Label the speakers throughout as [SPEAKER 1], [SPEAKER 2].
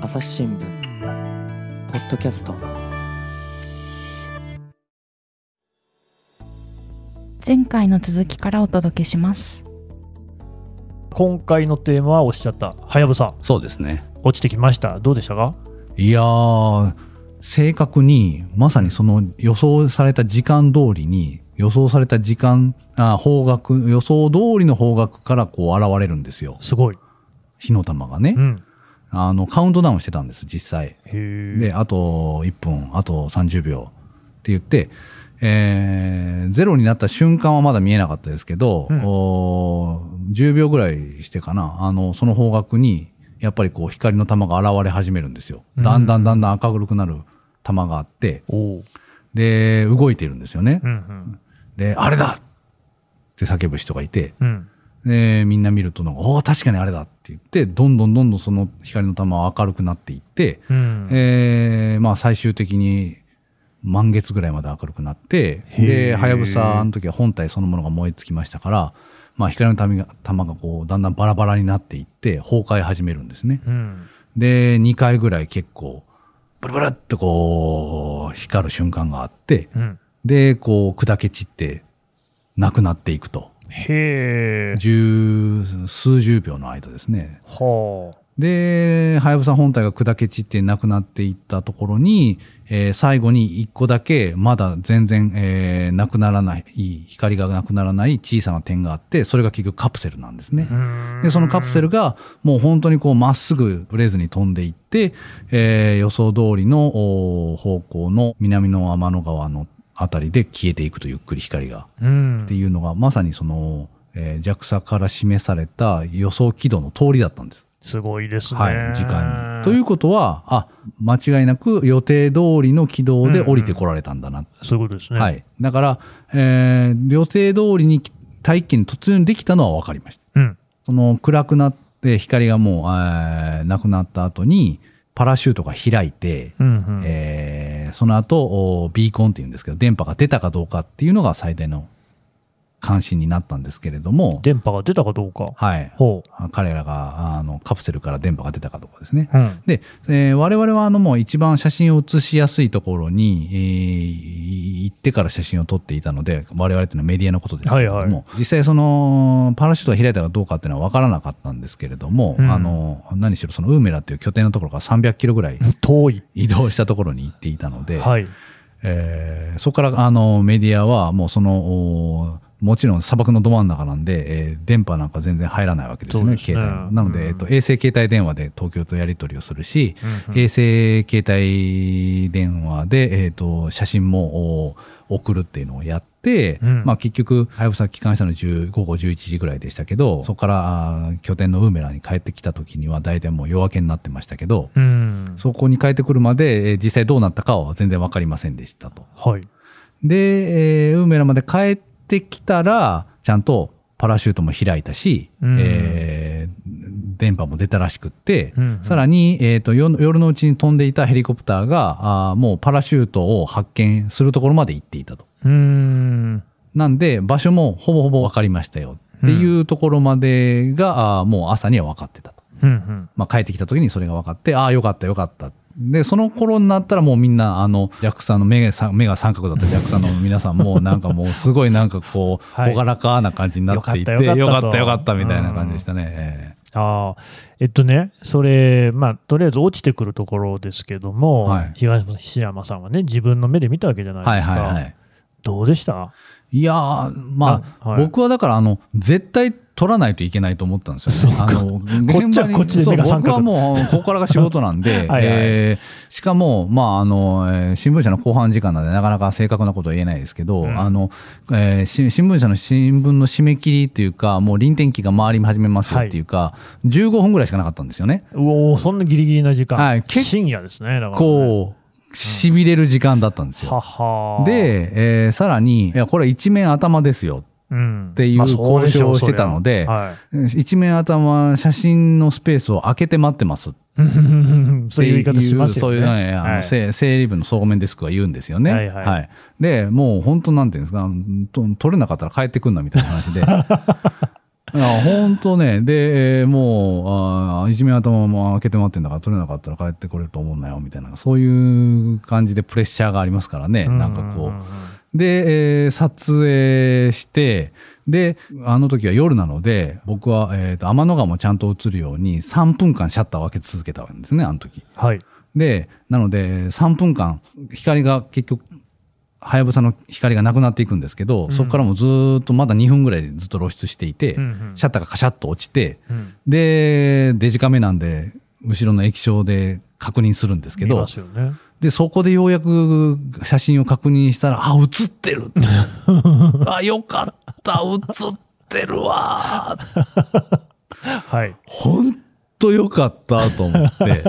[SPEAKER 1] 朝日新聞ポッドキャスト
[SPEAKER 2] 前回の続きからお届けします
[SPEAKER 3] 今回のテーマはおっしゃった、はやぶさ、
[SPEAKER 4] そうですね。
[SPEAKER 3] 落ちてきました。どうでしたか
[SPEAKER 4] いやー、正確に、まさにその予想された時間通りに、予想された時間、あ方角、予想通りの方角からこう現れるんですよ。
[SPEAKER 3] すごい。
[SPEAKER 4] 火の玉がね
[SPEAKER 3] う。ん。
[SPEAKER 4] あの、カウントダウンしてたんです、実際。
[SPEAKER 3] へー
[SPEAKER 4] で、あと1分、あと30秒って言って、えーゼロになった瞬間はまだ見えなかったですけど、
[SPEAKER 3] うん
[SPEAKER 4] おー10秒ぐらいしてかな、あの、その方角に、やっぱりこう光の玉が現れ始めるんですよ。
[SPEAKER 3] うん
[SPEAKER 4] だんだんだんだん明るくなる玉があって、
[SPEAKER 3] おお。
[SPEAKER 4] で、動いてるんですよね
[SPEAKER 3] う。ん
[SPEAKER 4] で、あれだって叫ぶ人がいて、
[SPEAKER 3] うん。うん。
[SPEAKER 4] で、みんな見るとなんか、おー確かにあれだって言って、どんどんどんどんその光の玉は明るくなっていって、
[SPEAKER 3] うん。
[SPEAKER 4] えーまあ最終的に満月ぐらいまで明るくなって、
[SPEAKER 3] へー
[SPEAKER 4] で、はやぶさの時は本体そのものが燃え尽きましたから、まあ光の玉が玉がこうだんだんバラバラになっていって崩壊始めるんですね。
[SPEAKER 3] うん。
[SPEAKER 4] で、2回ぐらい結構、ブルブルっとこう光る瞬間があって、
[SPEAKER 3] うん。
[SPEAKER 4] で、こう砕け散ってなくなっていくと。
[SPEAKER 3] へえ。
[SPEAKER 4] 十、数十秒の間ですね。
[SPEAKER 3] は
[SPEAKER 4] で、はやぶさ本体が砕け散ってなくなっていったところに、えー最後に一個だけまだ全然、えーなくならない、光がなくならない小さな点があって、それが結局カプセルなんですね
[SPEAKER 3] あ。う。ん
[SPEAKER 4] で、そのカプセルがもう本当にこうまっすぐブレずに飛んでいって、えー予想通りのおー方向の南の天の川のあたりで消えていくとゆっくり光が。
[SPEAKER 3] うん。
[SPEAKER 4] っていうのがまさにその、えー JAXA から示された予想軌道の通りだったんです。
[SPEAKER 3] すごいですね。
[SPEAKER 4] はい、時間に。ということは、あ、間違いなく予定通りの軌道で降りてこられたんだな。
[SPEAKER 3] そういうことですね。
[SPEAKER 4] は。い。だから、えー予定通りに大気に突入できたのは分かりました。
[SPEAKER 3] うん。
[SPEAKER 4] その暗くなって光がもう、えーなくなった後に、パラシュートが開いて、
[SPEAKER 3] うんうん。
[SPEAKER 4] えーその後、おビーコンっていうんですけど、電波が出たかどうかっていうのが最大の関心になったんですけれども、
[SPEAKER 3] 電波が出たかどうか。
[SPEAKER 4] はい。
[SPEAKER 3] ほ
[SPEAKER 4] 彼らが、あの、カプセルから電波が出たかどうかですね。
[SPEAKER 3] う。うん。
[SPEAKER 4] で、えー我々はあのもう一番写真を写しやすいところに、えー行ってから写真を撮っていたので、我々っていうのはメディアのことですけれども、
[SPEAKER 3] はいは
[SPEAKER 4] 実際そのパラシュートが開いたかどうかっていうのは分からなかったんですけれども、
[SPEAKER 3] うん
[SPEAKER 4] あの、何しろそのウーメラっていう拠点のところから300キロぐらい
[SPEAKER 3] 遠い。
[SPEAKER 4] 移動したところに行っていたので、
[SPEAKER 3] はい。
[SPEAKER 4] えーそこからあのメディアはもうその、おーもちろん砂漠のど真ん中なんで、えー電波なんか全然入らないわけですよ
[SPEAKER 3] そう
[SPEAKER 4] ね、
[SPEAKER 3] ですね
[SPEAKER 4] 携帯の。なので、
[SPEAKER 3] うん
[SPEAKER 4] えっと、衛星携帯電話で東京とやり取りをするし、
[SPEAKER 3] うんうん
[SPEAKER 4] 衛星携帯電話で、えっと写真もお送るっていうのをやって、
[SPEAKER 3] うん
[SPEAKER 4] まあ、結局、はやぶさ帰還したの10午後11時ぐらいでしたけど、そこからあー拠点のウーメラに帰ってきた時には大体もう夜明けになってましたけど、
[SPEAKER 3] うん。
[SPEAKER 4] そこに帰ってくるまで、えー実際どうなったかは全然わかりませんでしたと。
[SPEAKER 3] はい。
[SPEAKER 4] で、えーウーメラまで帰ってきたら、ちゃんとパラシュートも開いたし、
[SPEAKER 3] うん
[SPEAKER 4] えー電波も出たらしくって、
[SPEAKER 3] うんうん
[SPEAKER 4] さらに、えーと夜、夜のうちに飛んでいたヘリコプターが、あーもうパラシュートを発見するところまで行っていたと。
[SPEAKER 3] うん。
[SPEAKER 4] なんで、場所もほぼほぼ分かりましたよっていうところまでが、あーもう朝には分かってたと。
[SPEAKER 3] うんうん。
[SPEAKER 4] まあ、帰ってきた時にそれが分かって、ああ、よかった、よかった。で、その頃になったらもうみんな、あの、ジャックさんの目がさ目が三角だったジャックさんの皆さんも、 なんかもうすごいなんかこう、
[SPEAKER 3] はい
[SPEAKER 4] 朗らかな感じになっていて、
[SPEAKER 3] よかったよ
[SPEAKER 4] よ
[SPEAKER 3] か
[SPEAKER 4] か
[SPEAKER 3] ったと
[SPEAKER 4] った、よかった、みたいな感じでしたね。
[SPEAKER 3] ああえっとね、それ、まあ、とりあえず落ちてくるところですけども、
[SPEAKER 4] はい
[SPEAKER 3] 東山さんはね、自分の目で見たわけじゃな
[SPEAKER 4] ええ
[SPEAKER 3] い
[SPEAKER 4] はい
[SPEAKER 3] ですか。
[SPEAKER 4] はいはい。
[SPEAKER 3] どうでした
[SPEAKER 4] いやー、まあ、
[SPEAKER 3] あはい
[SPEAKER 4] 僕はだから、あの、絶対取らないといけないと思ったんですよ、ね。あ の
[SPEAKER 3] こっちは
[SPEAKER 4] 現場に
[SPEAKER 3] こっちで
[SPEAKER 4] そう
[SPEAKER 3] 目が三角
[SPEAKER 4] 僕はもう、ここからが仕事なんで、
[SPEAKER 3] はいはい
[SPEAKER 4] えーしかも、まあ、あの、えー新聞社の後半時間なんで、なかなか正確なことは言えないですけど、
[SPEAKER 3] うん
[SPEAKER 4] あの、えーし新聞社の新聞の締め切りというか、もう臨転機が回り始めますよっていうか、15分ぐらいしかなかったんですよね。
[SPEAKER 3] うおーそんなギリギリな時間、
[SPEAKER 4] はい結構
[SPEAKER 3] 深夜ですね、だから、ね。
[SPEAKER 4] こう、痺れる時間だったんですよ。
[SPEAKER 3] はは。、
[SPEAKER 4] で、えーさらに、いや、これ一面頭ですよ
[SPEAKER 3] うん、
[SPEAKER 4] っていう
[SPEAKER 3] まあそうしょう
[SPEAKER 4] 交渉をしてたので
[SPEAKER 3] そりゃはい
[SPEAKER 4] 一面頭写真のスペースを開けて待ってますって
[SPEAKER 3] うんうんうんうんそういう言い方します
[SPEAKER 4] そ
[SPEAKER 3] よね。
[SPEAKER 4] ういうねあの
[SPEAKER 3] はい
[SPEAKER 4] せ整理部の総合面デスクは言うんですよね。
[SPEAKER 3] はいはい
[SPEAKER 4] でもう本当なんていうんですかと取れなかったら帰ってくんなみたいな話であ本当ね。で、えーもう、あーいじめ頭も開けて待ってんだから、取れなかったら帰ってこれると思うんだよ、みたいな、そういう感じでプレッシャーがありますからね、なんかこう。で、えー撮影して、で、あの時は夜なので、僕は、えーと、天の川もちゃんと映るように、3分間シャッターを開け続けたんですね、あの時。
[SPEAKER 3] はい。
[SPEAKER 4] で、なので、3分間、光が結局、はやぶさの光がなくなっていくんですけど、
[SPEAKER 3] うん
[SPEAKER 4] そこからもずーっとまだ2分ぐらいずっと露出していて、
[SPEAKER 3] うんうん
[SPEAKER 4] シャッターがカシャッと落ちて、
[SPEAKER 3] うん
[SPEAKER 4] で、デジカメなんで、後ろの液晶で確認するんですけ
[SPEAKER 3] 見
[SPEAKER 4] ど
[SPEAKER 3] ま、すよね。
[SPEAKER 4] で、そこでようやく写真を確認したら、あ、写ってる あ、よかった、写ってるわ
[SPEAKER 3] はい。
[SPEAKER 4] ほんとよかったと 思って。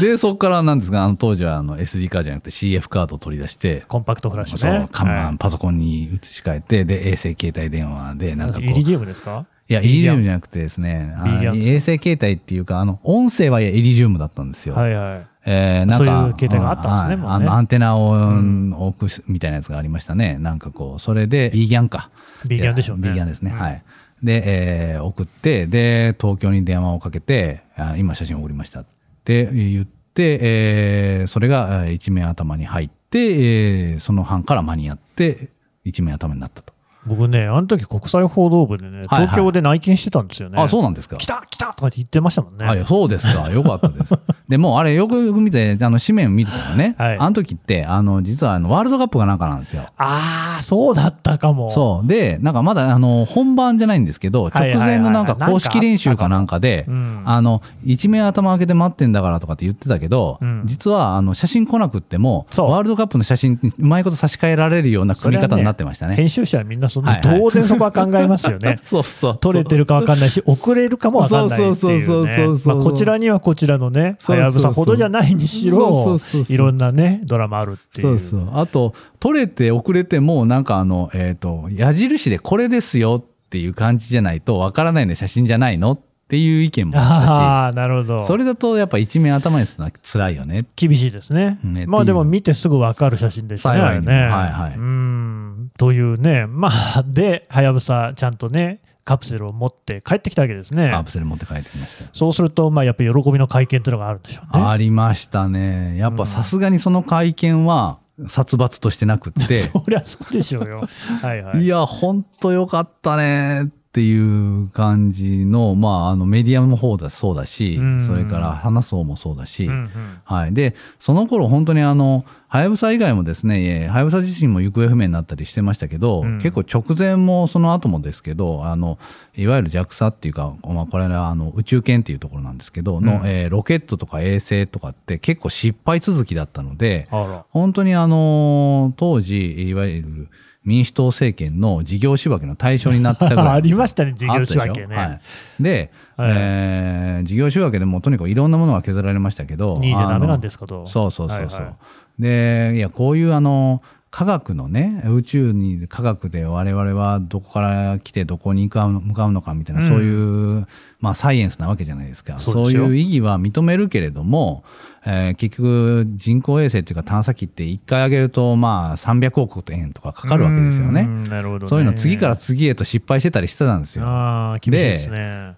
[SPEAKER 4] で、そこからなんですが、あの当時はあの SD カードじゃなくて CF カードを取り出して、
[SPEAKER 3] コンパクトフラッシ
[SPEAKER 4] そ
[SPEAKER 3] ュね
[SPEAKER 4] う。、看板、
[SPEAKER 3] はい
[SPEAKER 4] パソコンに移し替えて、で、衛星携帯電話で、なんかこう、
[SPEAKER 3] イリジウムですか
[SPEAKER 4] いや、イリジウムじゃなくてですね、あ
[SPEAKER 3] リリア
[SPEAKER 4] の
[SPEAKER 3] ム
[SPEAKER 4] 衛星携帯っていうか、あの、音声はイリジウムだったんですよ。
[SPEAKER 3] はいはい。
[SPEAKER 4] えーな
[SPEAKER 3] そ
[SPEAKER 4] んか、
[SPEAKER 3] ういう携帯があったんですね
[SPEAKER 4] う
[SPEAKER 3] もうね
[SPEAKER 4] あの、アンテナを
[SPEAKER 3] ん
[SPEAKER 4] 置くみたいなやつがありましたね。なんかこう、それで、ビーギャンか。
[SPEAKER 3] ビーギャンでしょうね。
[SPEAKER 4] ビーギャンですね。
[SPEAKER 3] うん
[SPEAKER 4] はい。で、えー送って、で、東京に電話をかけて、あ今写真送りましたって言って、えーそれがえー一面頭に入って、えーその班から間に合って、一面頭になったと。
[SPEAKER 3] 僕ね、あの時国際報道部でね、
[SPEAKER 4] はいはい
[SPEAKER 3] 東京で内見してたんですよね。
[SPEAKER 4] あ、そうなんですか
[SPEAKER 3] 来。た来たとかって言ってましたもんね。
[SPEAKER 4] あいやそうで すか、よかったです。でもうあれ、よくよく見て、あの紙面見てたらね、
[SPEAKER 3] はい
[SPEAKER 4] あの時って、あの実はあのワールドカップがなんかなんですよ。
[SPEAKER 3] あー、そうだったかも。
[SPEAKER 4] そう。で、なんかまだあの本番じゃないんですけど、
[SPEAKER 3] はいはい
[SPEAKER 4] 直
[SPEAKER 3] はいはい
[SPEAKER 4] 前のなんか公式練習かなんかで、
[SPEAKER 3] うん。
[SPEAKER 4] あの、一面頭開けて待ってんだからとかって言ってたけど、
[SPEAKER 3] うん
[SPEAKER 4] 実はあの写真来なくっても、
[SPEAKER 3] そう
[SPEAKER 4] ワールドカップの写真にうまいこと差し替えられるような組み方になってましたね。
[SPEAKER 3] 編集者はみんなそん
[SPEAKER 4] は
[SPEAKER 3] ない
[SPEAKER 4] はい。
[SPEAKER 3] 当然そこは考えますよね
[SPEAKER 4] そうそう。
[SPEAKER 3] 取れてるかわかんないし、遅れるかもわかんないってい
[SPEAKER 4] そううそうそうそう
[SPEAKER 3] ね。
[SPEAKER 4] そう
[SPEAKER 3] まあこちらにはこちらのね、
[SPEAKER 4] そ
[SPEAKER 3] は
[SPEAKER 4] うそうそう
[SPEAKER 3] やぶさほどじゃないにし
[SPEAKER 4] そ
[SPEAKER 3] ろ
[SPEAKER 4] うそうそう、そう
[SPEAKER 3] いろんなね、ドラマあるっていう。
[SPEAKER 4] そうそう。あと、取れて遅れても、なんかあの、えっ、と、矢印でこれですよっていう感じじゃないと、わからないので写真じゃないのっていう意見もあっ
[SPEAKER 3] ああ、なるほ
[SPEAKER 4] た
[SPEAKER 3] ど。
[SPEAKER 4] し、それだとやっぱ一面頭にするのは辛いよね。
[SPEAKER 3] 厳しいですね。
[SPEAKER 4] ね
[SPEAKER 3] まあ
[SPEAKER 4] ってい
[SPEAKER 3] で
[SPEAKER 4] う
[SPEAKER 3] も見てすぐ分かる写真でしたね。
[SPEAKER 4] 幸いに
[SPEAKER 3] あれね
[SPEAKER 4] はいはい
[SPEAKER 3] うん。というね、まあ、 で、はやぶさ、ちゃんとね、カプセルを持って帰ってきたわけですね
[SPEAKER 4] カ。プセル持って帰ってきましたよ。
[SPEAKER 3] そうすると、まあ、やっぱり喜びの会見というのがあるんでしょうね。
[SPEAKER 4] ありましたね。やっ
[SPEAKER 3] う
[SPEAKER 4] ぱ
[SPEAKER 3] ん
[SPEAKER 4] さすがにその会見は殺伐としてなくっ て、
[SPEAKER 3] そりゃそうでしょうよ。 はいはいい。
[SPEAKER 4] や、ほんとよかったねっていう感じの、まあ、あのメディアの方だそうだし
[SPEAKER 3] うん、
[SPEAKER 4] それから話そうもそうだし、
[SPEAKER 3] うんうん
[SPEAKER 4] はい。で、その頃本当にあの、はやぶさ以外もですね、えーはやぶさ自身も行方不明になったりしてましたけど、
[SPEAKER 3] うん
[SPEAKER 4] 結構直前もその後もですけど、あの、いわゆる JAXA っていうか、まあ、これはあの宇宙研っていうところなんですけど、の、
[SPEAKER 3] うん
[SPEAKER 4] えーロケットとか衛星とかって結構失敗続きだったので、
[SPEAKER 3] あら。
[SPEAKER 4] 本当にあの、当時、いわゆる民主党政権の事業仕分けの対象になってたぐらいなん
[SPEAKER 3] あ
[SPEAKER 4] です
[SPEAKER 3] り
[SPEAKER 4] よ
[SPEAKER 3] ましたね、事業仕分
[SPEAKER 4] あったで
[SPEAKER 3] け
[SPEAKER 4] しょ
[SPEAKER 3] ね。
[SPEAKER 4] はい、で、
[SPEAKER 3] はい
[SPEAKER 4] えー事業仕分けでもうとにかくいろんなものが削られましたけど、
[SPEAKER 3] 2位じゃダメなんですすかと。
[SPEAKER 4] そうそうそうそう。
[SPEAKER 3] はいはい
[SPEAKER 4] で、いや、こういうあの、科学のね、宇宙に科学で我々はどこから来てどこに行くあの向かうのかみたいな、
[SPEAKER 3] うん
[SPEAKER 4] そういう、まあ、サイエンスなわけじゃないですか。
[SPEAKER 3] そうで
[SPEAKER 4] そう
[SPEAKER 3] すよ
[SPEAKER 4] いう意義は認めるけれども、えー結局人工衛星っていうか探査機って1回上げると、まあ、300億円とかかかるわけですよ
[SPEAKER 3] う
[SPEAKER 4] ね。
[SPEAKER 3] んなるほどね
[SPEAKER 4] そういうの次から次へと失敗してたりしてたんですよ。
[SPEAKER 3] ああ、厳しいですね。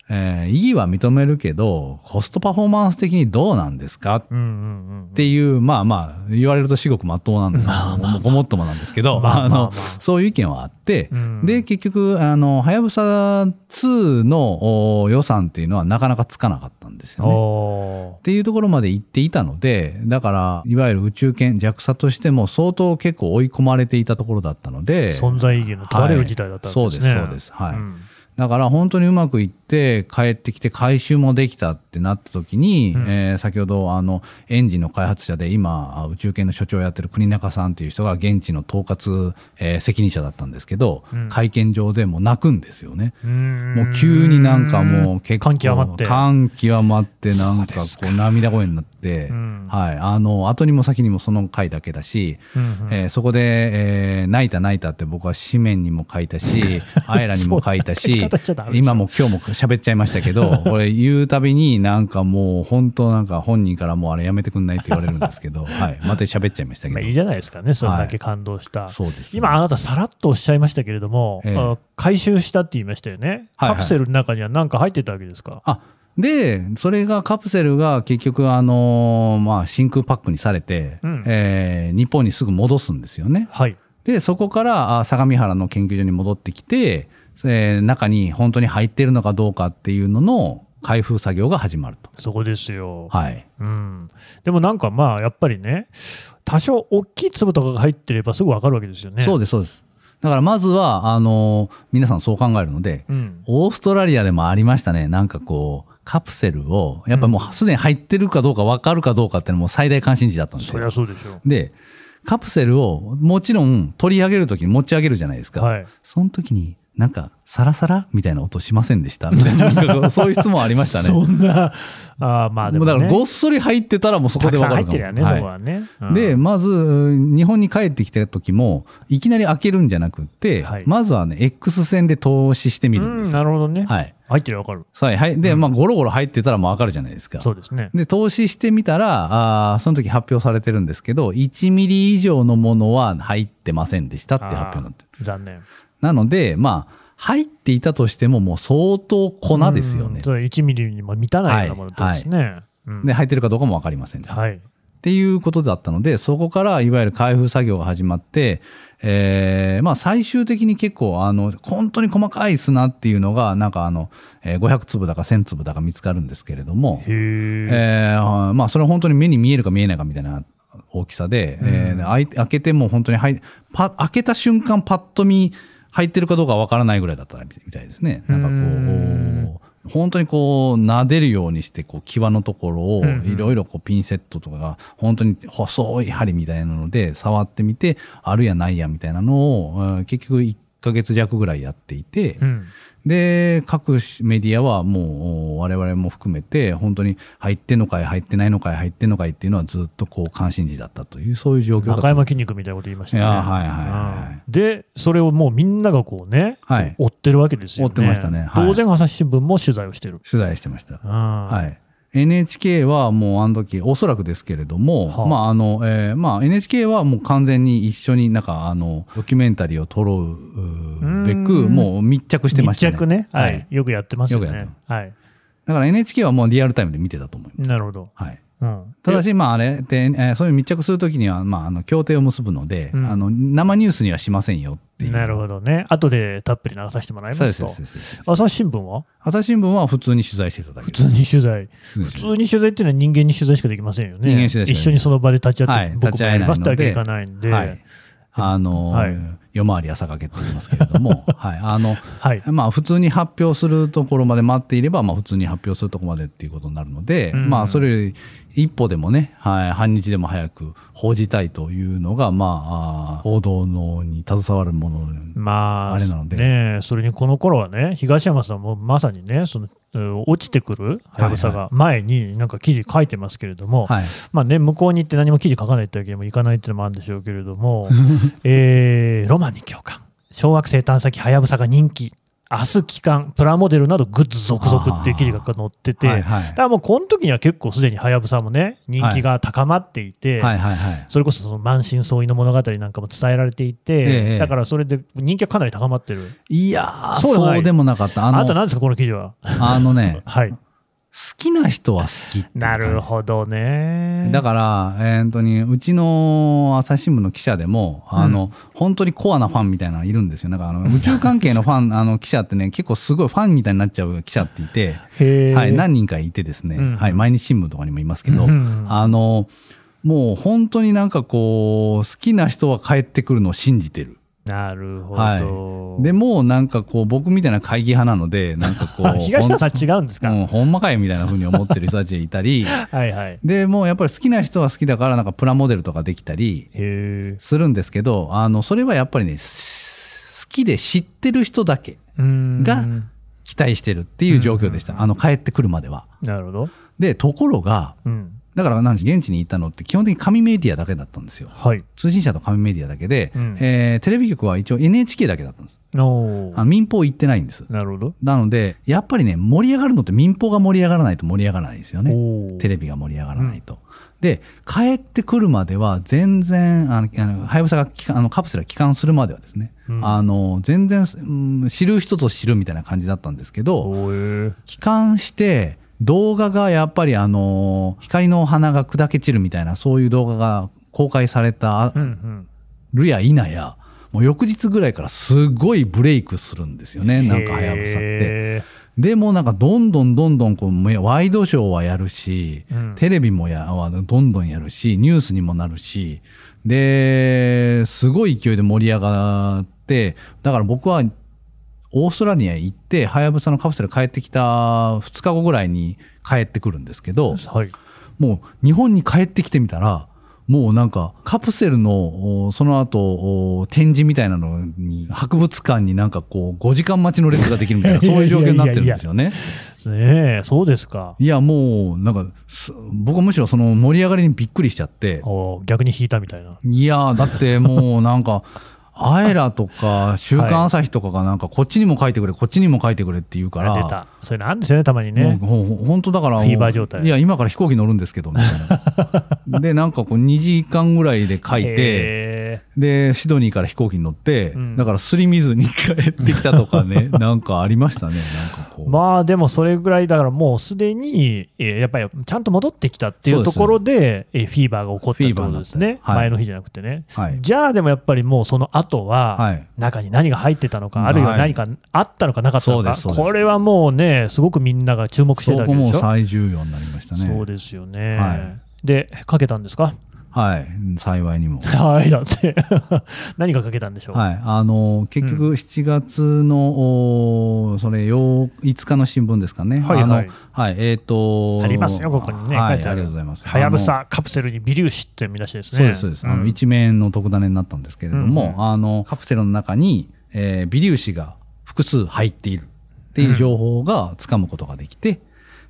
[SPEAKER 4] えー意義は認めるけど、コストパフォーマンス的にどうなんですかっ
[SPEAKER 3] うんうんうんうん。
[SPEAKER 4] ていう、まあまあ、言われると至極まっとうなんだけど、ごもっともなんですけど、
[SPEAKER 3] まあまあ
[SPEAKER 4] あ
[SPEAKER 3] まあ
[SPEAKER 4] の、そういう意見はあって、
[SPEAKER 3] うん
[SPEAKER 4] で、結局、あの、はやぶさ2のお予算っていうのはなかなかつかなかったんですよね。
[SPEAKER 3] お
[SPEAKER 4] っていうところまで行っていたので、だから、いわゆる宇宙研 JAXA としても相当結構追い込まれていたところだったので、
[SPEAKER 3] ー存在意義の問われる事態だったんですね。
[SPEAKER 4] はいそうですそうですはい
[SPEAKER 3] ん
[SPEAKER 4] だから本当にうまくいって帰ってきて回収もできたってなった時に、
[SPEAKER 3] うん
[SPEAKER 4] えー先ほどあのエンジンの開発者で今あ宇宙研の所長をやってる国中さんっていう人が現地の統括、えー責任者だったんですけど、
[SPEAKER 3] うん
[SPEAKER 4] 会見上でもう泣くんですよね。
[SPEAKER 3] も
[SPEAKER 4] もう急になんかもう結構
[SPEAKER 3] 感極まって。
[SPEAKER 4] 感極まってなんか
[SPEAKER 3] そう
[SPEAKER 4] こ
[SPEAKER 3] です
[SPEAKER 4] う涙声になって、
[SPEAKER 3] うん
[SPEAKER 4] はいあの後にも先にもその回だけだし、
[SPEAKER 3] うんうん
[SPEAKER 4] えー そこで、えー泣いた泣いたって僕は紙面にも書いたし、あやらにも書いたし、
[SPEAKER 3] 言い
[SPEAKER 4] し
[SPEAKER 3] 方しちゃダメですよ
[SPEAKER 4] 今も今日も喋っちゃいました けど俺言うたびになんかもう本当なんか本人からもうあれやめてくんないって言われるんです けど、はい、また喋っちゃいましたけ
[SPEAKER 3] まあ、
[SPEAKER 4] ど
[SPEAKER 3] いいじゃないですかね、それだけ感動した。
[SPEAKER 4] そうですね、
[SPEAKER 3] 今、あなた、さらっとおっしゃいましたけれども、
[SPEAKER 4] ええ
[SPEAKER 3] あ回収したって言いましたよね、
[SPEAKER 4] はいは
[SPEAKER 3] カ
[SPEAKER 4] い
[SPEAKER 3] プセルの中には何か入ってたわけですか。
[SPEAKER 4] あで、それがカプセルが結局、あのーまあ、真空パックにされて、
[SPEAKER 3] うん
[SPEAKER 4] えー日本にすぐ戻すんですよね。
[SPEAKER 3] はい、
[SPEAKER 4] で、そこからあ相模原の研究所に戻ってきて、えー中に本当に入ってるのかどうかっていうのの開封作業が始まると。
[SPEAKER 3] そこですよ。
[SPEAKER 4] はい。
[SPEAKER 3] うん、でもなんかまあ、やっぱりね、多少大きい粒とかが入ってればすぐ分かるわけですよね。
[SPEAKER 4] そうです、そうです。だからまずは、あのー皆さんそう考えるので、
[SPEAKER 3] うん、
[SPEAKER 4] オーストラリアでもありましたね。なんかこう、カプセルを、やっぱもうすでに入ってるかどうか分かるかどうかっていうのも最大関心事だったんです
[SPEAKER 3] そ
[SPEAKER 4] よ
[SPEAKER 3] り。ゃそうでしょ
[SPEAKER 4] で、カプセルをもちろん取り上げるときに持ち上げるじゃないです
[SPEAKER 3] う。
[SPEAKER 4] か。
[SPEAKER 3] はい、
[SPEAKER 4] その時に、なんか、サラサラみたいな音しませんでしたみたいな、そういう質問ありましたね。
[SPEAKER 3] そんな、あーまあで
[SPEAKER 4] も
[SPEAKER 3] も、
[SPEAKER 4] う
[SPEAKER 3] ね、
[SPEAKER 4] だからごっそり入ってたらもうそこ
[SPEAKER 3] た
[SPEAKER 4] で
[SPEAKER 3] くさ
[SPEAKER 4] わ
[SPEAKER 3] ん
[SPEAKER 4] か
[SPEAKER 3] 入
[SPEAKER 4] る
[SPEAKER 3] っ
[SPEAKER 4] か
[SPEAKER 3] てる
[SPEAKER 4] も
[SPEAKER 3] よね、そこはね。うん
[SPEAKER 4] で、まず、日本に帰ってきた時も、いきなり開けるんじゃなくって、
[SPEAKER 3] はい
[SPEAKER 4] まずはね、X 線で投資してみるんで
[SPEAKER 3] うん
[SPEAKER 4] すよ。
[SPEAKER 3] なるほどね、
[SPEAKER 4] はい。
[SPEAKER 3] 入ってる分かる。
[SPEAKER 4] はい。はい。で、
[SPEAKER 3] うん
[SPEAKER 4] まあ、ゴロゴロ入ってたらもうわかるじゃないですか。
[SPEAKER 3] そうですね。
[SPEAKER 4] で、投資してみたら、あーその時発表されてるんですけど、1ミリ以上のものは入ってませんでしたって発表になってる。
[SPEAKER 3] あー残念。
[SPEAKER 4] なので、まあ、入っていたとしても、もう相当粉ですよ
[SPEAKER 3] う
[SPEAKER 4] ね
[SPEAKER 3] ん。それ1ミリにも満たないようなものってことですね。うん
[SPEAKER 4] で、入ってるかどうかもわかりません。っ
[SPEAKER 3] はい。
[SPEAKER 4] ていうことだったので、そこからいわゆる開封作業が始まって、えーまあ最終的に結構、あの、本当に細かい砂っていうのが、なんかあの、えー500粒だか1000粒だか見つかるんですけれども、
[SPEAKER 3] へえ。
[SPEAKER 4] えーまあそれは本当に目に見えるか見えないかみたいな大きさで、
[SPEAKER 3] うん
[SPEAKER 4] えーあい開けても本当に入パ開けた瞬間パッと見入ってるかどうかわからないぐらいだったみたいですね。なんかこう
[SPEAKER 3] うん
[SPEAKER 4] 本当にこう撫でるようにしてこう際のところを
[SPEAKER 3] うんうん
[SPEAKER 4] いろいろこうピンセットとかが本当に細い針みたいなので触ってみてあるやないやみたいなのをうん結局1ヶ月弱ぐらいやっていて、
[SPEAKER 3] うん。
[SPEAKER 4] で、各メディアはもう我々も含めて、本当に入ってんのかい、入ってないのかい、入ってんのかいっていうのはずっとこう関心事だったという、そういう状況だ
[SPEAKER 3] 中
[SPEAKER 4] った。
[SPEAKER 3] 山筋肉みたいなこと言いましたね。
[SPEAKER 4] いやはいはいはい
[SPEAKER 3] うんで、それをもうみんながこうね、
[SPEAKER 4] はい。
[SPEAKER 3] 追ってるわけですよね。
[SPEAKER 4] 追ってましたねはい
[SPEAKER 3] 当然、朝日新聞も取材をしてる。
[SPEAKER 4] 取材してました。は。
[SPEAKER 3] はい
[SPEAKER 4] NHK はもうあの時、おそらくですけれども、
[SPEAKER 3] はあ
[SPEAKER 4] まああの、えーまあ NHK はもう完全に一緒になんかあの、ドキュメンタリーを撮ろううべく、
[SPEAKER 3] うん
[SPEAKER 4] もう密着してましたね。
[SPEAKER 3] 密着ね、は
[SPEAKER 4] はい
[SPEAKER 3] い。よくやってますよ
[SPEAKER 4] よくやっ
[SPEAKER 3] ね
[SPEAKER 4] てま。
[SPEAKER 3] はい。
[SPEAKER 4] だから NHK はもうリアルタイムで見てたと思います。
[SPEAKER 3] なるほど。
[SPEAKER 4] はい。
[SPEAKER 3] うん。
[SPEAKER 4] ただし、まあ、あれって、えーそういう密着するときには、まあ、あの協定を結ぶので、
[SPEAKER 3] うん
[SPEAKER 4] あの生ニュースにはしませんよっていう。
[SPEAKER 3] なるほどね。後でたっぷり流させてもらい
[SPEAKER 4] そ
[SPEAKER 3] ま
[SPEAKER 4] うですすそう
[SPEAKER 3] と
[SPEAKER 4] です。そうです
[SPEAKER 3] 朝日新聞は
[SPEAKER 4] 朝日新聞は普通に取材してただけ
[SPEAKER 3] 普
[SPEAKER 4] です。
[SPEAKER 3] 通に取材。
[SPEAKER 4] 普
[SPEAKER 3] 普通に取材っていうのは人間に取材しかできませんよね。
[SPEAKER 4] 人間取材しかできな
[SPEAKER 3] 一
[SPEAKER 4] い
[SPEAKER 3] 緒にその場で立ち
[SPEAKER 4] は
[SPEAKER 3] 会っ
[SPEAKER 4] い
[SPEAKER 3] て、僕
[SPEAKER 4] 立ち
[SPEAKER 3] も
[SPEAKER 4] 会
[SPEAKER 3] や
[SPEAKER 4] え
[SPEAKER 3] り
[SPEAKER 4] ないので
[SPEAKER 3] ましたわけにいかないんで。
[SPEAKER 4] は
[SPEAKER 3] はいい。。
[SPEAKER 4] あのー
[SPEAKER 3] はい
[SPEAKER 4] 夜回り朝がけって言いますけれども、 はい。あの、まあ、普通に発表するところまで待っていれば、まあ、普通に発表するところまでっていうことになるので、
[SPEAKER 3] うん
[SPEAKER 4] まあ、それより一歩でもね、はい、半日でも早く報じたいというのが、まああー、報道のに携わるもの
[SPEAKER 3] まあ、
[SPEAKER 4] あれなので
[SPEAKER 3] ねえそれにこの頃はね、東山さんもまさにね、その、うん落ちてくるはやぶさが前になんか記事書いてますけれども、
[SPEAKER 4] はい。
[SPEAKER 3] まあね、向こうに行って何も記事書かないってわけにもいかないっていうのもあるんでしょうけれど も、えーロマンに共感、小惑星探査機はやぶさが人気、明日期間、プラモデルなどグッズ続々っていう記事が載ってて、
[SPEAKER 4] はいはい
[SPEAKER 3] だからもうこの時には結構すでにはやぶさもね、人気が高まっていて、
[SPEAKER 4] はいはいはい。
[SPEAKER 3] それこそその満身創痍の物語なんかも伝えられていて、
[SPEAKER 4] ええ
[SPEAKER 3] だからそれで人気はかなり高まってる。
[SPEAKER 4] いやー、
[SPEAKER 3] そうでも
[SPEAKER 4] そ
[SPEAKER 3] ないう
[SPEAKER 4] でもなかった。
[SPEAKER 3] あ
[SPEAKER 4] あの、
[SPEAKER 3] なた何ですか、この記事は。
[SPEAKER 4] あのね、
[SPEAKER 3] はい。
[SPEAKER 4] 好きな人は好きっていう
[SPEAKER 3] な
[SPEAKER 4] 感じ
[SPEAKER 3] るほどね。
[SPEAKER 4] だから、えー本当に、うちの朝日新聞の記者でも、あの、本当にコアなファンみたいなのいるんですよ。なんか、あの、宇宙関係のファン、 あの、記者ってね、結構すごいファンみたいになっちゃう記者っていて、
[SPEAKER 3] へえ。
[SPEAKER 4] はい、何人かいてですね、
[SPEAKER 3] うん
[SPEAKER 4] はい、毎日新聞とかにもいますけど、
[SPEAKER 3] うん
[SPEAKER 4] あの、もう本当になんかこう、好きな人は帰ってくるのを信じてる。
[SPEAKER 3] なるほど。
[SPEAKER 4] はでも、なんかこう、僕みたいな会議派な ので、なんかこう、
[SPEAKER 3] 東野さん違うんですか、
[SPEAKER 4] うん、ほんまかいみたいな風に思ってる人たちがいた り、
[SPEAKER 3] はいはい。
[SPEAKER 4] で、もうやっぱり好きな人は好きだから、なんかプラモデルとかできたり
[SPEAKER 3] へえ。
[SPEAKER 4] するんですけど、あの、それはやっぱりね、す好きで知ってる人だけが
[SPEAKER 3] が
[SPEAKER 4] 期待してるっていう状況でした。あの、帰ってくるまでは。
[SPEAKER 3] なるほど。
[SPEAKER 4] で、ところが、
[SPEAKER 3] うん。
[SPEAKER 4] だから何し現地に行ったのって基本的に紙メディアだけだったんですよ
[SPEAKER 3] はい。
[SPEAKER 4] 通信社と紙メディアだけで、
[SPEAKER 3] うん
[SPEAKER 4] えーテレビ局は一応 NHK だけだったんです
[SPEAKER 3] お
[SPEAKER 4] あ
[SPEAKER 3] ー
[SPEAKER 4] 民放行ってないんです
[SPEAKER 3] なるほど。
[SPEAKER 4] なのでやっぱりね盛り上がるのって民放が盛り上がらないと盛り上がらないですよね
[SPEAKER 3] お
[SPEAKER 4] テレ
[SPEAKER 3] ビ。
[SPEAKER 4] ビが盛り上がらないと。で、帰ってくるまでは、全然、あの、あのはやぶさが帰還あのカプセルが帰還するまではですね、
[SPEAKER 3] うん
[SPEAKER 4] あの、全然、うん知る人と知るみたいな感じだったんですけど、
[SPEAKER 3] おーえー
[SPEAKER 4] 帰還して、動画がやっぱり、あの、光の花が砕け散るみたいな、そういう動画が公開された
[SPEAKER 3] うんうん。
[SPEAKER 4] るや否や、もう翌日ぐらいからすごいブレイクするんですよね、なんかはやぶさって。
[SPEAKER 3] へ
[SPEAKER 4] でもなんかどんどんどんどんこう、ワイドショーはやるし、
[SPEAKER 3] ー。うん
[SPEAKER 4] テレビもやはどんどんやるし、ニュースにもなるし、で、すごい勢いで盛り上がって、だから僕はオーストラリアへ行って、はやぶさのカプセル帰ってきた2日後ぐらいに帰ってくるんですけど、
[SPEAKER 3] はい。
[SPEAKER 4] もう日本に帰ってきてみたら、もうなんかカプセルのおその後お展示みたいなのに博物館になんかこう5時間待ちの列ができる みたいなそういう状況になってるんですよね。
[SPEAKER 3] ねえ、そうですか。
[SPEAKER 4] いやもうなんかす僕はむしろその盛り上がりにびっくりしちゃって、
[SPEAKER 3] おー逆に引いたみたいな。
[SPEAKER 4] いやーだってもうなんかアエラとか「週刊朝日」とかがなんかこっちにも書いてくれこっちにも書いてくれって言うから
[SPEAKER 3] 出た。それなんですよね、たまにね。
[SPEAKER 4] もうほほんとだからもう
[SPEAKER 3] フィーバー状態
[SPEAKER 4] いや今から飛行機乗るんですけどみたい なでなんかこう2時間ぐらいで書いて
[SPEAKER 3] へ
[SPEAKER 4] でシドニーから飛行機に乗って、
[SPEAKER 3] うん
[SPEAKER 4] だからすり水に帰ってきたとか ねなんかありましたねなんかこ
[SPEAKER 3] ー。
[SPEAKER 4] う、
[SPEAKER 3] まあでもそれぐらいだからもうすでに、えーやっぱりちゃんと戻ってきたってい
[SPEAKER 4] そ
[SPEAKER 3] う
[SPEAKER 4] うで
[SPEAKER 3] と
[SPEAKER 4] す
[SPEAKER 3] ころで、えーフィーバーが起こったってことです
[SPEAKER 4] フィーバーになっ
[SPEAKER 3] ね。
[SPEAKER 4] てはい
[SPEAKER 3] 前の日じゃなくてね。
[SPEAKER 4] はい、
[SPEAKER 3] じゃあでもやっぱりもうその後は、
[SPEAKER 4] はい、
[SPEAKER 3] 中に何が入ってたの
[SPEAKER 4] は
[SPEAKER 3] か、
[SPEAKER 4] い
[SPEAKER 3] あるいは何かあったのかなかったのか、
[SPEAKER 4] そうですそうです
[SPEAKER 3] これはもうね、すごくみんなが注目し
[SPEAKER 4] そ
[SPEAKER 3] てたわ
[SPEAKER 4] こ
[SPEAKER 3] けで
[SPEAKER 4] も
[SPEAKER 3] しょ。
[SPEAKER 4] 最重要になりましたね
[SPEAKER 3] そうですよね。
[SPEAKER 4] は
[SPEAKER 3] で、かけたんですか
[SPEAKER 4] はい幸いにも
[SPEAKER 3] はい、だって、 何がかけたんでしょう。
[SPEAKER 4] はい、あの結
[SPEAKER 3] う
[SPEAKER 4] 局7月の、おーそれ8 5日の新聞ですかね。
[SPEAKER 3] はいはい
[SPEAKER 4] あのはい、えっ、と
[SPEAKER 3] ありますよ、ここにね、
[SPEAKER 4] はい、
[SPEAKER 3] 書いて
[SPEAKER 4] あ
[SPEAKER 3] あ
[SPEAKER 4] りが
[SPEAKER 3] る。
[SPEAKER 4] とうございます。
[SPEAKER 3] はやぶ
[SPEAKER 4] あの。
[SPEAKER 3] さカプセルに微粒子って見出しですね。
[SPEAKER 4] そうですそうです。あの
[SPEAKER 3] ん
[SPEAKER 4] 一面の特ダネになったんですけれども、
[SPEAKER 3] うんうん
[SPEAKER 4] あのカプセルの中に、えー微粒子が複数入っているっていう情報がつかむことができて。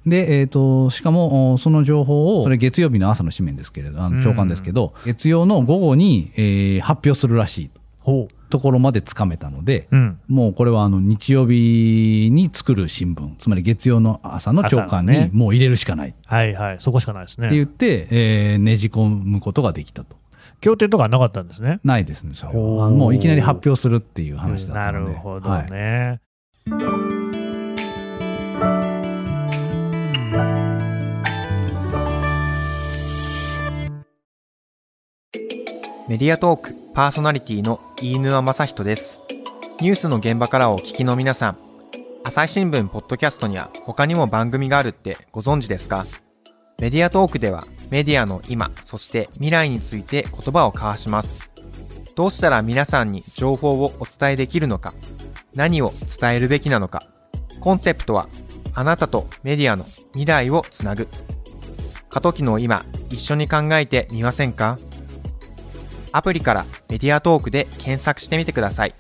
[SPEAKER 4] で、えっ、と、しかも、おその情報を、それ月曜日の朝の紙面ですけれど、あの長官ですけど、月曜の午後に、えー発表するらしい
[SPEAKER 3] ほ
[SPEAKER 4] ところまでつかめたので、
[SPEAKER 3] う。うん。
[SPEAKER 4] もうこれはあの日曜日に作る新聞、つまり月曜の朝の朝刊
[SPEAKER 3] 朝の
[SPEAKER 4] に
[SPEAKER 3] ね
[SPEAKER 4] もう入れるしかないって
[SPEAKER 3] はいはい、そこしかないですね。
[SPEAKER 4] 言って、えーねじ込むことができたと。
[SPEAKER 3] 協定とかはなかったんですね。
[SPEAKER 4] ないですね、それ
[SPEAKER 3] ほう
[SPEAKER 4] は。あのもういきなり発表するっていう話だった
[SPEAKER 3] な
[SPEAKER 4] の
[SPEAKER 3] る
[SPEAKER 4] で。
[SPEAKER 3] ほど
[SPEAKER 4] はい
[SPEAKER 3] ね。
[SPEAKER 5] メディアトークパーソナリティの飯沼正人です。ニュースの現場からお聞きの皆さん、朝日新聞ポッドキャストには他にも番組があるってご存知ですかメディアトークではメディアの今、そして未来について言葉を交わします。どうしたら皆さんに情報をお伝えできるのか、何を伝えるべきなのか、コンセプトはあなたとメディアの未来をつなぐ。過渡期の今、一緒に考えてみませんかアプリからメディアトークで検索してみてください。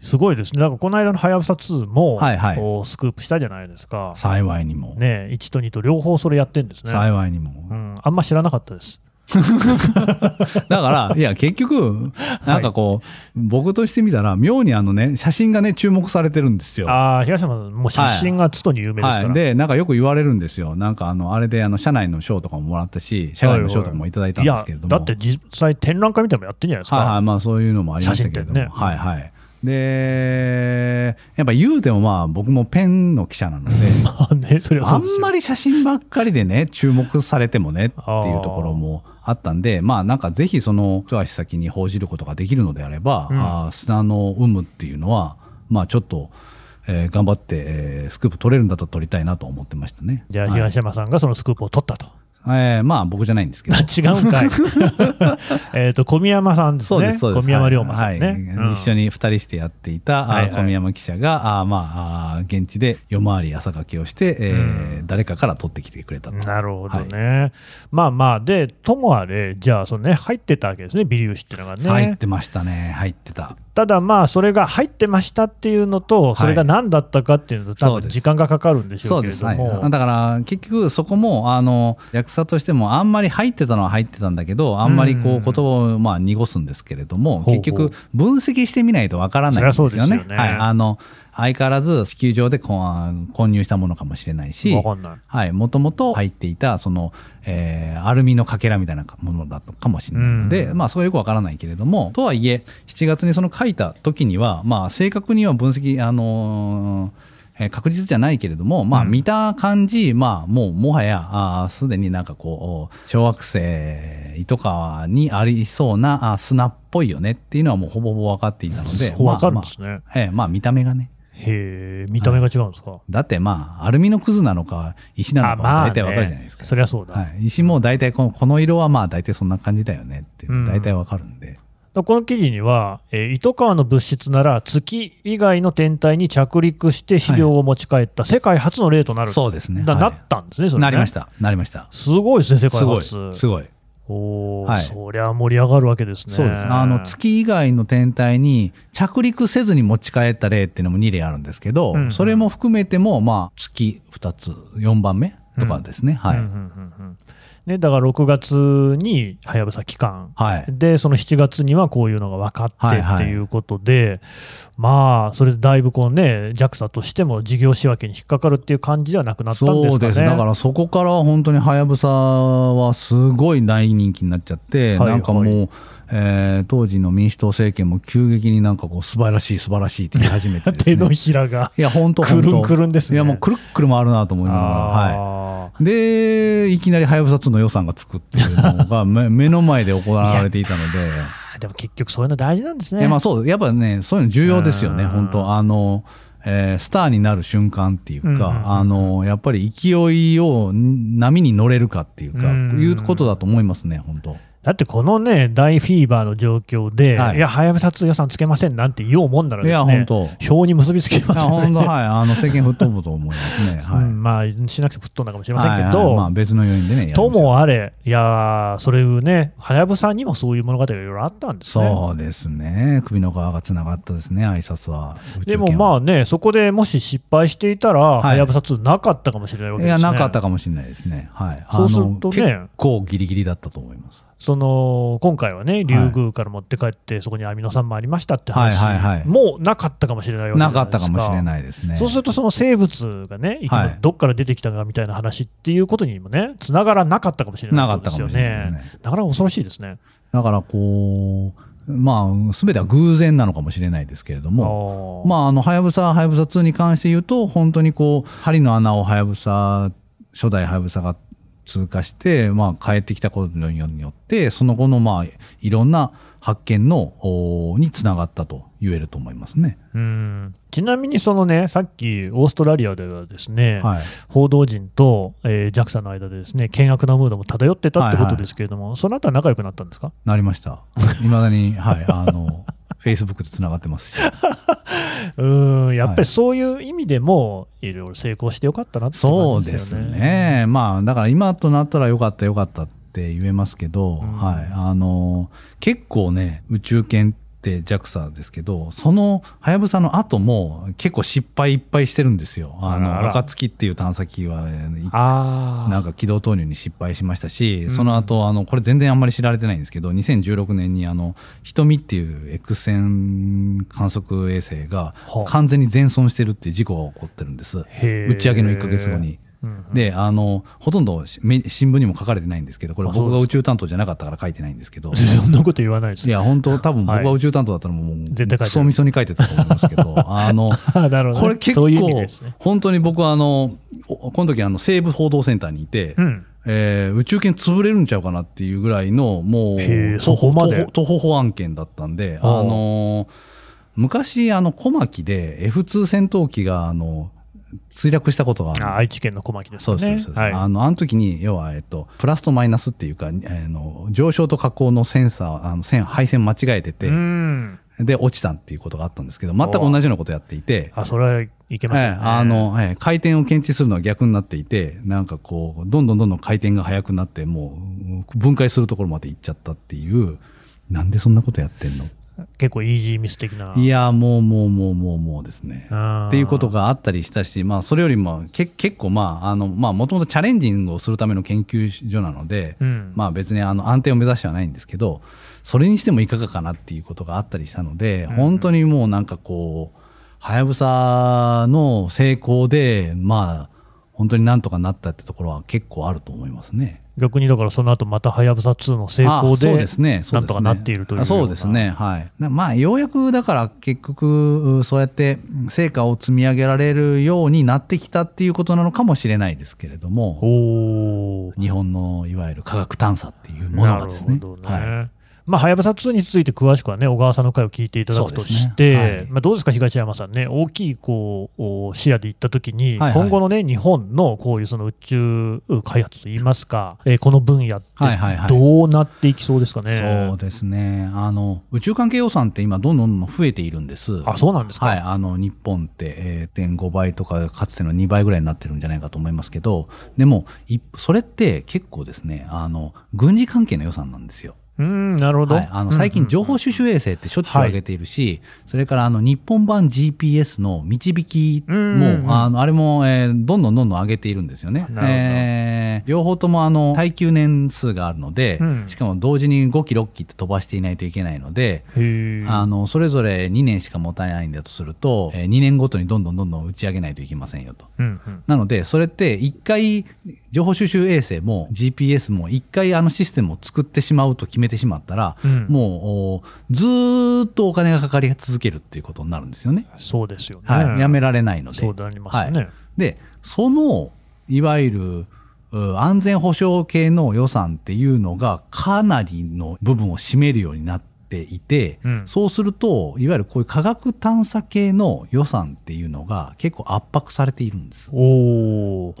[SPEAKER 3] すごいですね。だからこの間のはやぶさ2も、
[SPEAKER 4] はいはい
[SPEAKER 3] こうスクープしたじゃないですか。
[SPEAKER 4] 幸いにも、
[SPEAKER 3] ねえ、1と2と両方それやってんですね。
[SPEAKER 4] 幸いに
[SPEAKER 3] う
[SPEAKER 4] も。
[SPEAKER 3] ん、あんま知らなかったです。
[SPEAKER 4] だから、いや、結局、なんかこう、僕としてみたら、妙にあのね、写真がね、注目されてるんですよ。
[SPEAKER 3] ああ、東山さん、もう写真がつとに有名ですから。
[SPEAKER 4] はい、でなんかよく言われるんですよ、なんかあのあれであの社内の賞とかももらったし、社外の賞とかもいただいたんですけれども、
[SPEAKER 3] いや、だって実際展覧会みたいなのやってんじゃないですか。
[SPEAKER 4] はいはい、まあそういうのもありましたけれども、
[SPEAKER 3] 写真展ね
[SPEAKER 4] はいはい。で、やっぱ言うてもまあ僕もペンの記者なので、
[SPEAKER 3] まあ ね、 それはそ
[SPEAKER 4] あ
[SPEAKER 3] うんですよ
[SPEAKER 4] まり写真ばっかりでね、注目されてもねっていうところもあったんで、まあなんかぜひその一足先に報じることができるのであれば、
[SPEAKER 3] うん
[SPEAKER 4] あー砂の有無っていうのは、まあちょっと、えー頑張って、えースクープ取れるんだったら取りたいなと思ってましたね。
[SPEAKER 3] じゃあ、
[SPEAKER 4] はい
[SPEAKER 3] 東山さんがそのスクープを取ったと。
[SPEAKER 4] えーまあ僕じゃないんですけど
[SPEAKER 3] あ。違うんかい。 えっと、小宮山さんです
[SPEAKER 4] そうで
[SPEAKER 3] ね。
[SPEAKER 4] す、そうです。
[SPEAKER 3] 小宮山龍馬さんね。
[SPEAKER 4] はい
[SPEAKER 3] うん
[SPEAKER 4] 一緒に二人してやっていた、あー
[SPEAKER 3] はいはい
[SPEAKER 4] 小宮山記者が、あーまあ、あー現地で夜回り朝掛けをして、えー
[SPEAKER 3] うん
[SPEAKER 4] 誰かから取ってきてくれたと。
[SPEAKER 3] なるほどね。まあまあ、で、ともあれ、じゃあ、そのね、入ってたわけですね、微粒子っていうのがね。
[SPEAKER 4] 入ってましたね。入ってた。
[SPEAKER 3] ただまあ、それが入ってましたっていうのと、
[SPEAKER 4] い
[SPEAKER 3] それが何だったかっていうのと、多
[SPEAKER 4] そうで
[SPEAKER 3] 分
[SPEAKER 4] す
[SPEAKER 3] 時間がかかるんでしょ
[SPEAKER 4] そうう
[SPEAKER 3] け
[SPEAKER 4] で
[SPEAKER 3] れ
[SPEAKER 4] す、
[SPEAKER 3] ど
[SPEAKER 4] はい、
[SPEAKER 3] も、
[SPEAKER 4] だから結局そこもあの役者としてもあんまり入ってたのは入ってたんだけどあんまりこ
[SPEAKER 3] う
[SPEAKER 4] うん言葉をまあ濁すんですけれども
[SPEAKER 3] ほうほう
[SPEAKER 4] 結局分析してみないとわからないんですよ
[SPEAKER 3] そりゃそう
[SPEAKER 4] ね
[SPEAKER 3] ですよね
[SPEAKER 4] はい、あの相変わらず地球上でこう混入したものかもしれないし
[SPEAKER 3] わかんない。
[SPEAKER 4] はい、もともと入っていたその、えーアルミのかけらみたいなものだったかもしれないので、
[SPEAKER 3] うん
[SPEAKER 4] まあ、それはよくわからないけれどもとはいえ7月にその書いた時には、まあ、正確には分析、あのーえー確実じゃないけれども、まあ、
[SPEAKER 3] うん
[SPEAKER 4] 見た感じ、まあ、もうもはやあーすでになんかこう小惑星とかにありそうなあー砂っぽいよねっていうのはもうほぼほぼ分かっていたので
[SPEAKER 3] そうわかるん
[SPEAKER 4] まあ
[SPEAKER 3] ですね。
[SPEAKER 4] まあえーまあ、見た目がね
[SPEAKER 3] へえ、見た目が違うんですか。
[SPEAKER 4] だってまあアルミのくずなのか石なのかは大体わかるじゃないですか
[SPEAKER 3] ね、そりゃそうだ。
[SPEAKER 4] はい、石も大体このこの色はまあ大体そんな感じだよねっていう
[SPEAKER 3] うん
[SPEAKER 4] 大体わかるんで、
[SPEAKER 3] だからこの記事には、えー糸川の物質なら月以外の天体に着陸して資料を持ち帰った世界初の例となる、
[SPEAKER 4] そうですね
[SPEAKER 3] だ
[SPEAKER 4] はい
[SPEAKER 3] なったんですね、それね
[SPEAKER 4] なりましたなりました
[SPEAKER 3] すごいですね、世界
[SPEAKER 4] すご
[SPEAKER 3] 初
[SPEAKER 4] いすごい、
[SPEAKER 3] おー
[SPEAKER 4] はい
[SPEAKER 3] そりゃ盛り上がるわけですね
[SPEAKER 4] そうですあの月以外の天体に着陸せずに持ち帰った例っていうのも2例あるんですけど、
[SPEAKER 3] うんうん
[SPEAKER 4] それも含めてもまあ月2つ4番目とかですね、はい、
[SPEAKER 3] うんうんうんうんね、だから6月にはやぶさ期間
[SPEAKER 4] はい
[SPEAKER 3] でその7月にはこういうのが分かっ
[SPEAKER 4] は
[SPEAKER 3] て
[SPEAKER 4] いはい
[SPEAKER 3] っていうことで、まあそれでだいぶこうね JAXA としても事業仕分けに引っかかるっていう感じではなくなったんです
[SPEAKER 4] そう
[SPEAKER 3] か
[SPEAKER 4] で
[SPEAKER 3] ね
[SPEAKER 4] すだからそこからは本当にはやぶさはすごい大人気になっちゃって、
[SPEAKER 3] はい
[SPEAKER 4] なんかもう、えー当時の民主党政権も急激になんかこう素晴らしい素晴らしいって言い始めてです
[SPEAKER 3] 手
[SPEAKER 4] ね、
[SPEAKER 3] のひら が
[SPEAKER 4] いや本当
[SPEAKER 3] く
[SPEAKER 4] 本
[SPEAKER 3] るん
[SPEAKER 4] 当
[SPEAKER 3] くるんです
[SPEAKER 4] い
[SPEAKER 3] ね
[SPEAKER 4] やもうくるっくる回るなと思いながらはい
[SPEAKER 3] あー
[SPEAKER 4] でいきなりはやぶさ2の予算がつくっていうのがめ目の前で行われていたので
[SPEAKER 3] でも結局そういうの大事なんです
[SPEAKER 4] い
[SPEAKER 3] ね
[SPEAKER 4] やまあそうやっぱねそういうの重要ですよね
[SPEAKER 3] うん
[SPEAKER 4] 本当あの、えースターになる瞬間っていうか、
[SPEAKER 3] うんうんうん
[SPEAKER 4] あのやっぱり勢いをん波に乗れるかっていうか、
[SPEAKER 3] うん
[SPEAKER 4] いうことだと思いますね本当
[SPEAKER 3] だってこのね大フィーバーの状況で、
[SPEAKER 4] はい
[SPEAKER 3] い、やはやぶさ2予算つけませんなんて言おうもんなら
[SPEAKER 4] い
[SPEAKER 3] で
[SPEAKER 4] や
[SPEAKER 3] す
[SPEAKER 4] 本
[SPEAKER 3] ね
[SPEAKER 4] 当い
[SPEAKER 3] 表に結びつけま
[SPEAKER 4] や
[SPEAKER 3] すよ
[SPEAKER 4] 本
[SPEAKER 3] ね
[SPEAKER 4] 当はいあの政権吹っ飛ぶと思い ますねはい、
[SPEAKER 3] うんまあしなくて吹っ飛んだかもしれません
[SPEAKER 4] はい
[SPEAKER 3] け
[SPEAKER 4] はいま
[SPEAKER 3] ど
[SPEAKER 4] あ、別の要因でねやりました
[SPEAKER 3] ともあれ、いやー、それね、はやぶさにもそういう物語がいろいろあったんですね。
[SPEAKER 4] そうですね首の皮がつながったですね挨拶は
[SPEAKER 3] でもまあね、そこでもし失敗していたら、
[SPEAKER 4] い
[SPEAKER 3] はやぶさ2なかったかもしれないわけ
[SPEAKER 4] い
[SPEAKER 3] です
[SPEAKER 4] や
[SPEAKER 3] ね。
[SPEAKER 4] なかったかもしれないですねはいあ
[SPEAKER 3] そ
[SPEAKER 4] の
[SPEAKER 3] うするとね
[SPEAKER 4] 結構ギリギリだったと思います
[SPEAKER 3] その今回はね、リュウグウから持って帰って、そこにアミノ酸もありましたって話、
[SPEAKER 4] はいはいはい
[SPEAKER 3] もうなかったかもしれないわけじゃ
[SPEAKER 4] な
[SPEAKER 3] ないですか。
[SPEAKER 4] かったかもしれないですね
[SPEAKER 3] そうすると、その生物がね、いつも
[SPEAKER 4] はい
[SPEAKER 3] どっから出てきたかみたいな話っていうことにもね、つながらなかったかもしれない
[SPEAKER 4] なか
[SPEAKER 3] こ
[SPEAKER 4] った
[SPEAKER 3] とですよ
[SPEAKER 4] かもしれない
[SPEAKER 3] ね。
[SPEAKER 4] ですね。
[SPEAKER 3] なかなか恐ろしいですね。
[SPEAKER 4] だからこう、まあ、すべては偶然なのかもしれないですけれども、
[SPEAKER 3] も
[SPEAKER 4] まあ、あの、はやぶさ、はやぶさ2に関して言うと、本当にこう、針の穴をはやぶさ、初代はやぶさが通過して、まあ、帰ってきたことによって、その後の、まあ、いろんな発見の、おーにつながったと言えると思いますね。
[SPEAKER 3] うんちなみにそのね、さっきオーストラリアではですね、
[SPEAKER 4] はい。
[SPEAKER 3] 報道陣と、えー JAXA の間でですね、険悪なムードも漂ってたってことですけれども、その後は仲良くなったんですか
[SPEAKER 4] なりました。いまだに、はい、あの、Facebook でつながってますし。
[SPEAKER 3] うーん、やっ
[SPEAKER 4] は
[SPEAKER 3] ぱ
[SPEAKER 4] い
[SPEAKER 3] りそういう意味でも、いろいろ成功してよかったなって
[SPEAKER 4] そ
[SPEAKER 3] 感
[SPEAKER 4] う
[SPEAKER 3] じで
[SPEAKER 4] ですす
[SPEAKER 3] よね。
[SPEAKER 4] ね。まあ、だから今となったらよかったよかったって言えますけど、
[SPEAKER 3] うん
[SPEAKER 4] はい。あの、結構ね、宇宙犬って JAXA ですけど、その、はやぶさの後も結構失敗いっぱいしてるんですよ。あ
[SPEAKER 3] あらあ
[SPEAKER 4] の、
[SPEAKER 3] ら
[SPEAKER 4] 暁っていう探査機は、えーい
[SPEAKER 3] あ
[SPEAKER 4] なん
[SPEAKER 3] か、
[SPEAKER 4] か軌道投入に失敗しましたし、
[SPEAKER 3] うん
[SPEAKER 4] その後あのこれ全然あんまり知られてないんですけど2016年にあの「瞳」っていう X 線観測衛星が
[SPEAKER 3] はあ
[SPEAKER 4] 完全に全損してるっていう事故が起こってるんです
[SPEAKER 3] へー
[SPEAKER 4] 打ち上げの1ヶ月後に。
[SPEAKER 3] うんうん
[SPEAKER 4] であのほとんどしめ新聞にも書かれてないんですけどこれ
[SPEAKER 3] あそうです
[SPEAKER 4] 僕が宇宙担当じゃなかったから書いてないんですけ ど
[SPEAKER 3] そんなこと言わないです
[SPEAKER 4] いや本当多分僕が
[SPEAKER 3] はい
[SPEAKER 4] 宇宙担当だったらもう
[SPEAKER 3] 絶対書いてる
[SPEAKER 4] クソみそに書いてたと思いますけどあの
[SPEAKER 3] あなるほどね
[SPEAKER 4] これ結
[SPEAKER 3] そ
[SPEAKER 4] 構
[SPEAKER 3] ういう意味ですね。
[SPEAKER 4] 本当に僕はあのおこの時あの西部報道センターにいて、
[SPEAKER 3] うん、
[SPEAKER 4] えー宇宙犬潰れるんちゃうかなっていうぐらいのもう
[SPEAKER 3] へー
[SPEAKER 4] 徒歩
[SPEAKER 3] そこまで
[SPEAKER 4] 徒歩徒歩案件だったんで、あ
[SPEAKER 3] はあ
[SPEAKER 4] のー昔あの小牧で F2 戦闘機があの墜落したことがあるんです
[SPEAKER 3] あ愛知県の小牧です
[SPEAKER 4] そ
[SPEAKER 3] よ
[SPEAKER 4] う
[SPEAKER 3] ね。
[SPEAKER 4] です、そうです。
[SPEAKER 3] はい
[SPEAKER 4] あの、あの時に、要は、えっと、プラスとマイナスっていうか、あの、上昇と下降のセンサー、あの、線、配線間違えてて
[SPEAKER 3] う、ん
[SPEAKER 4] で、落ちたっていうことがあったんですけど、全く同じようなことやっていて、
[SPEAKER 3] あそれはいけま
[SPEAKER 4] は
[SPEAKER 3] せ
[SPEAKER 4] い
[SPEAKER 3] ん、ね
[SPEAKER 4] あの、はい回転を検知するのは逆になっていて、なんかこう、どんどんどんどん回転が速くなって、もう、分解するところまで行っちゃったっていう、なんでそんなことやってんのっ
[SPEAKER 3] 結構イージーミス的な。
[SPEAKER 4] いや、もうもうもうもうもうですね。
[SPEAKER 3] ん
[SPEAKER 4] っていうことがあったりしたし、まあ、それよりもけ結構、まあ、あの、まあ、もともとチャレンジングをするための研究所なので、
[SPEAKER 3] うん
[SPEAKER 4] まあ別にあの安定を目指してはないんですけど、それにしてもいかがかなっていうことがあったりしたので、
[SPEAKER 3] うん
[SPEAKER 4] 本当にもうなんかこう、はやぶさの成功で、まあ、本当になんとかなったってところは結構あると思いますね。
[SPEAKER 3] 逆にだからその後またはやぶさ2の成功で
[SPEAKER 4] あそうですね、そ
[SPEAKER 3] な
[SPEAKER 4] うですね
[SPEAKER 3] んとかなっているというような
[SPEAKER 4] そうですね、はい。なまあ、ようやくだから結局、うそうやって成果を積み上げられるようになってきたっていうことなのかもしれないですけれども、
[SPEAKER 3] おー
[SPEAKER 4] 日本のいわゆる科学探査っていうものがです
[SPEAKER 3] な
[SPEAKER 4] ね。
[SPEAKER 3] るほどね。
[SPEAKER 4] はい
[SPEAKER 3] まあ、はやぶさ2について詳しくはね、小川さんの回を聞いていただくとし
[SPEAKER 4] そうで
[SPEAKER 3] て、
[SPEAKER 4] すねはい
[SPEAKER 3] まあ、どうですか、東山さんね、大きいこうお視野で行ったときに、
[SPEAKER 4] はいはい
[SPEAKER 3] 今後のね、日本のこういうその宇宙開発といいますか、えーこの分野って
[SPEAKER 4] はいはいはい
[SPEAKER 3] どうなっていきそうですかね。
[SPEAKER 4] そうですねあの宇宙関係予算って今どんどんどんどん増えているんです。
[SPEAKER 3] あそうなんですか、
[SPEAKER 4] はい、あの日本って、えー0.5倍とかかつての2倍ぐらいになってるんじゃないかと思いますけどでもいそれって結構ですねあの軍事関係の予算なんですよ。
[SPEAKER 3] うーんなるほど、
[SPEAKER 4] はい、あの最近情報収集衛星ってしょっちゅう上げているし、それからあの日本版 GPS の導きも、
[SPEAKER 3] うんうんうん
[SPEAKER 4] あのあれも、えーどんどんどんどん上げているんですよね。
[SPEAKER 3] なるほど
[SPEAKER 4] えー両方ともあの耐久年数があるので、
[SPEAKER 3] うん
[SPEAKER 4] しかも同時に5機6機って飛ばしていないといけないので、
[SPEAKER 3] へー
[SPEAKER 4] あのそれぞれ2年しか持たないんだとすると、え2年ごとにどんどんどんどん打ち上げないといけませんよと。
[SPEAKER 3] うんうん
[SPEAKER 4] なので、それって一回、情報収集衛星も GPS も一回あのシステムを作ってしまうと決めてしまったら、
[SPEAKER 3] うん
[SPEAKER 4] もうおずーっとお金がかかり続けるっていうことになるんですよね。
[SPEAKER 3] そうですよね、
[SPEAKER 4] はい、やめられないので。
[SPEAKER 3] そうなりますよね、
[SPEAKER 4] で、その、いわゆるう安全保障系の予算っていうのがかなりの部分を占めるようになっていて、
[SPEAKER 3] うん
[SPEAKER 4] そうすると、いわゆるこういう科学探査系の予算っていうのが結構圧迫されているんです。
[SPEAKER 3] おお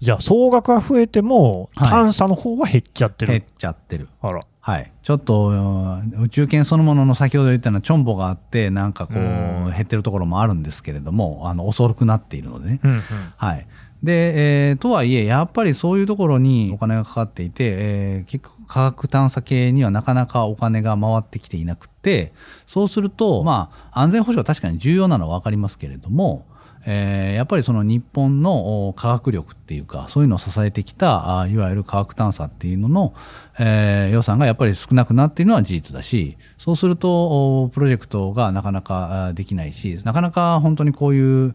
[SPEAKER 3] じゃあ総額は増えても
[SPEAKER 4] はい
[SPEAKER 3] 探査の方は減っちゃってる、
[SPEAKER 4] 減っちゃってる。
[SPEAKER 3] あら
[SPEAKER 4] はい、ちょっとうん宇宙犬そのものの先ほど言ったようなチョンボがあってなんかこう
[SPEAKER 3] うん
[SPEAKER 4] 減ってるところもあるんですけれどもあの遅くなっているのでね。
[SPEAKER 3] うんうん
[SPEAKER 4] はいでえーとはいえやっぱりそういうところにお金がかかっていて、えー結局科学探査系にはなかなかお金が回ってきていなくてそうすると、まあ、安全保障は確かに重要なのは分かりますけれども、えーやっぱりその日本のお科学力っていうかそういうのを支えてきたあいわゆる科学探査っていうのの、えー予算がやっぱり少なくなっているのは事実だしそうするとおプロジェクトがなかなかあーできないしなかなか本当にこういう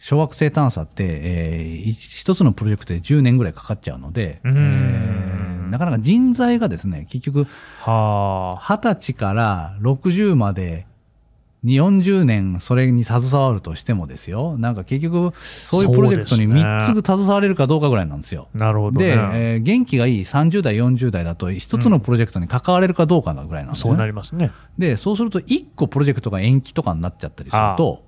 [SPEAKER 4] 小惑星探査って、えー一一つのプロジェクトで10年ぐらいかかっちゃうので、
[SPEAKER 3] うーん
[SPEAKER 4] えーなかなか人材がですね結局
[SPEAKER 3] はあ
[SPEAKER 4] 20歳から60までに40年それに携わるとしてもですよなんか結局そういうプロジェクトに
[SPEAKER 3] そうですね
[SPEAKER 4] 3つ携われるかどうかぐらいなんですよ。
[SPEAKER 3] なるほど
[SPEAKER 4] で、
[SPEAKER 3] ね、
[SPEAKER 4] えー元気がいい30代40代だと1つのプロジェクトに関われるかどうかなぐらいなんです
[SPEAKER 3] そ
[SPEAKER 4] よ
[SPEAKER 3] う
[SPEAKER 4] ね、
[SPEAKER 3] なりますね
[SPEAKER 4] でそうすると1個プロジェクトが延期とかになっちゃったりすると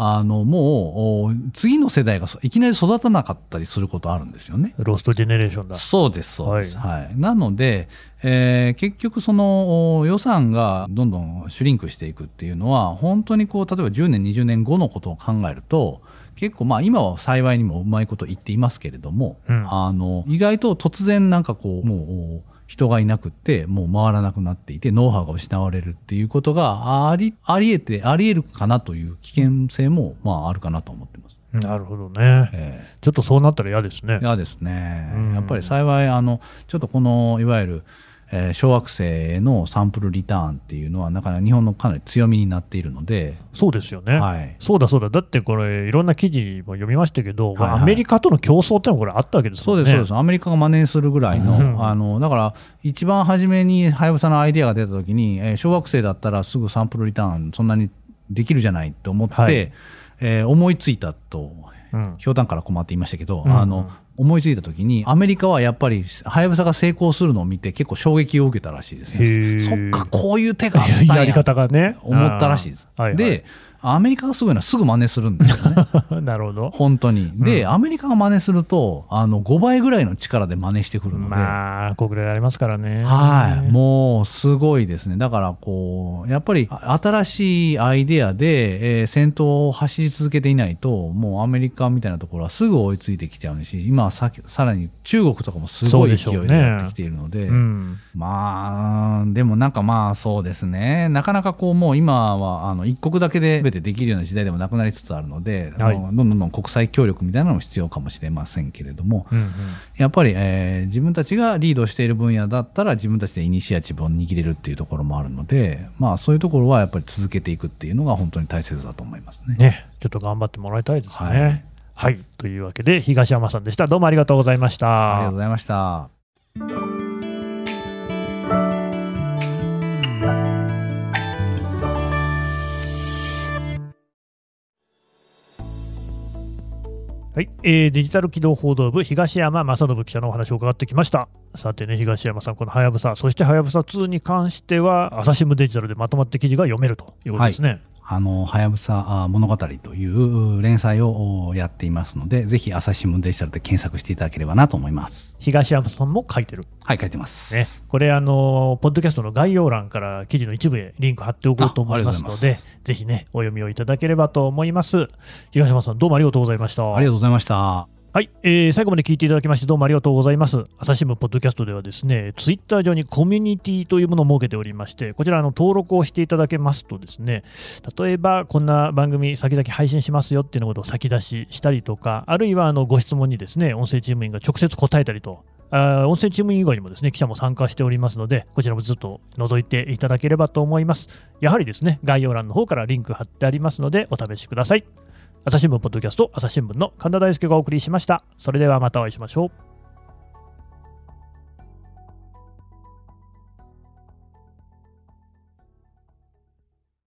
[SPEAKER 4] あのもうお次の世代がそいきなり育たなかったりすることあるんですよね。
[SPEAKER 3] ロストジェネレーションだ
[SPEAKER 4] そうです、そうです。はい。なので、えー結局、そのお予算がどんどんシュリンクしていくっていうのは、本当にこう、例えば10年、20年後のことを考えると、結構、まあ、今は幸いにもうまいこと言っていますけれども、
[SPEAKER 3] うん
[SPEAKER 4] あの、意外と突然なんかこう、もう、お人がいなくって、もう回らなくなっていて、ノウハウが失われるっていうことがあり、ありえて、ありえるかなという危険性も、まあ、あるかなと思ってます。
[SPEAKER 3] なるほどね
[SPEAKER 4] えー
[SPEAKER 3] ちょっとそうなったら嫌です ね
[SPEAKER 4] いやですね、
[SPEAKER 3] うん
[SPEAKER 4] やっぱり幸いあのちょっとこのいわゆる、えー小惑星のサンプルリターンっていうのはなかなか日本のかなり強みになっているので、
[SPEAKER 3] そうですよね、
[SPEAKER 4] はい、
[SPEAKER 3] そうだそうだだってこれいろんな記事も読みましたけど、まあ
[SPEAKER 4] はいはい
[SPEAKER 3] アメリカとの競争ってのもこれあったわけです
[SPEAKER 4] そ
[SPEAKER 3] も
[SPEAKER 4] うんで
[SPEAKER 3] ね
[SPEAKER 4] すそうですアメリカが真似するぐらい
[SPEAKER 3] うん
[SPEAKER 4] のあのだから一番初めにはやぶさのアイデアが出た時に、えー小惑星だったらすぐサンプルリターンそんなにできるじゃないと思って、
[SPEAKER 3] はい
[SPEAKER 4] えー思いついたと
[SPEAKER 3] うん
[SPEAKER 4] ひょうたんから困っていましたけど、
[SPEAKER 3] うん
[SPEAKER 4] あの思いついた時にアメリカはやっぱりはやぶさが成功するのを見て結構衝撃を受けたらしいです
[SPEAKER 3] へ
[SPEAKER 4] ね
[SPEAKER 3] ー
[SPEAKER 4] そっかこういう手があったんや
[SPEAKER 3] やり方がね
[SPEAKER 4] 思ったらしいです、
[SPEAKER 3] あーはいはい
[SPEAKER 4] でアメリカがすごいのはすぐ真似するんですよ ね。
[SPEAKER 3] なるほど。
[SPEAKER 4] 本当に。で、
[SPEAKER 3] う
[SPEAKER 4] アメリカが真似すると、あの、5倍ぐらいの力で真似してくるので。
[SPEAKER 3] まあ、こぐらいありますからね。
[SPEAKER 4] はい。もう、すごいですね。だから、こう、やっぱり、あ新しいアイデアで、えー戦闘を走り続けていないと、もうアメリカみたいなところはすぐ追いついてきちゃうし、今はささらに中国とかもすごい勢い
[SPEAKER 3] そうでしょう
[SPEAKER 4] で
[SPEAKER 3] ね
[SPEAKER 4] やってきているので、
[SPEAKER 3] うん。
[SPEAKER 4] まあ、でもなんかまあそうですね。なかなかこうもう今はあの一国だけで全てできるような時代でもなくなりつつあるので、
[SPEAKER 3] はい
[SPEAKER 4] あのどんどんどん国際協力みたいなのも必要かもしれませんけれども、
[SPEAKER 3] うんうん
[SPEAKER 4] やっぱり、えー自分たちがリードしている分野だったら自分たちでイニシアチブを握れるっていうところもあるので、まあそういうところはやっぱり続けていくっていうのが本当に大切だと思いますね。
[SPEAKER 3] ね、ちょっと頑張ってもらいたいです
[SPEAKER 4] は
[SPEAKER 3] ね。はい、というわけで、東山さんでした。どうもありがとうございまし
[SPEAKER 4] ありが
[SPEAKER 3] た
[SPEAKER 4] とう。ございました。
[SPEAKER 3] はい、えーデジタル機動報道部東山正信記者のお話を伺ってきました。さてね、東山さん、このはやぶさ、そしてはやぶさ2に関しては、朝日新聞デジタルでまとまって記事が読めるということですね。
[SPEAKER 4] あの、はやぶさあ物語という連載をおやっていますので、ぜひ朝日新聞デジタルで検索していただければなと思います。
[SPEAKER 3] 東山さんも書いてる。
[SPEAKER 4] はい、書いてます。
[SPEAKER 3] ね、これあの、ポッドキャストの概要欄から記事の一部へリンク貼っておこうと思います
[SPEAKER 4] あありが
[SPEAKER 3] の
[SPEAKER 4] とうござい
[SPEAKER 3] で、ぜひね、お読みをいただければと思います。東山さん、どうもありがとうございました。
[SPEAKER 4] ありがとうございました。
[SPEAKER 3] はい、えー最後まで聞いていただきましてどうもありがとうございます。朝日新聞ポッドキャストではですね、ツイッター上にコミュニティというものを設けておりまして、こちらあの登録をしていただけますとですね、例えばこんな番組先々配信しますよっていうようなことを先出ししたりとか、あるいはあのご質問にですね、音声チーム員が直接答えたりと。あー音声チーム員以外にもですね記者も参加しておりますので、こちらもずっと覗いていただければと思います。やはりですね、概要欄の方からリンク貼ってありますので、お試しください。朝日新聞ポッドキャスト朝日新聞の神田大輔がお送りしましたそれではまたお会いしましょう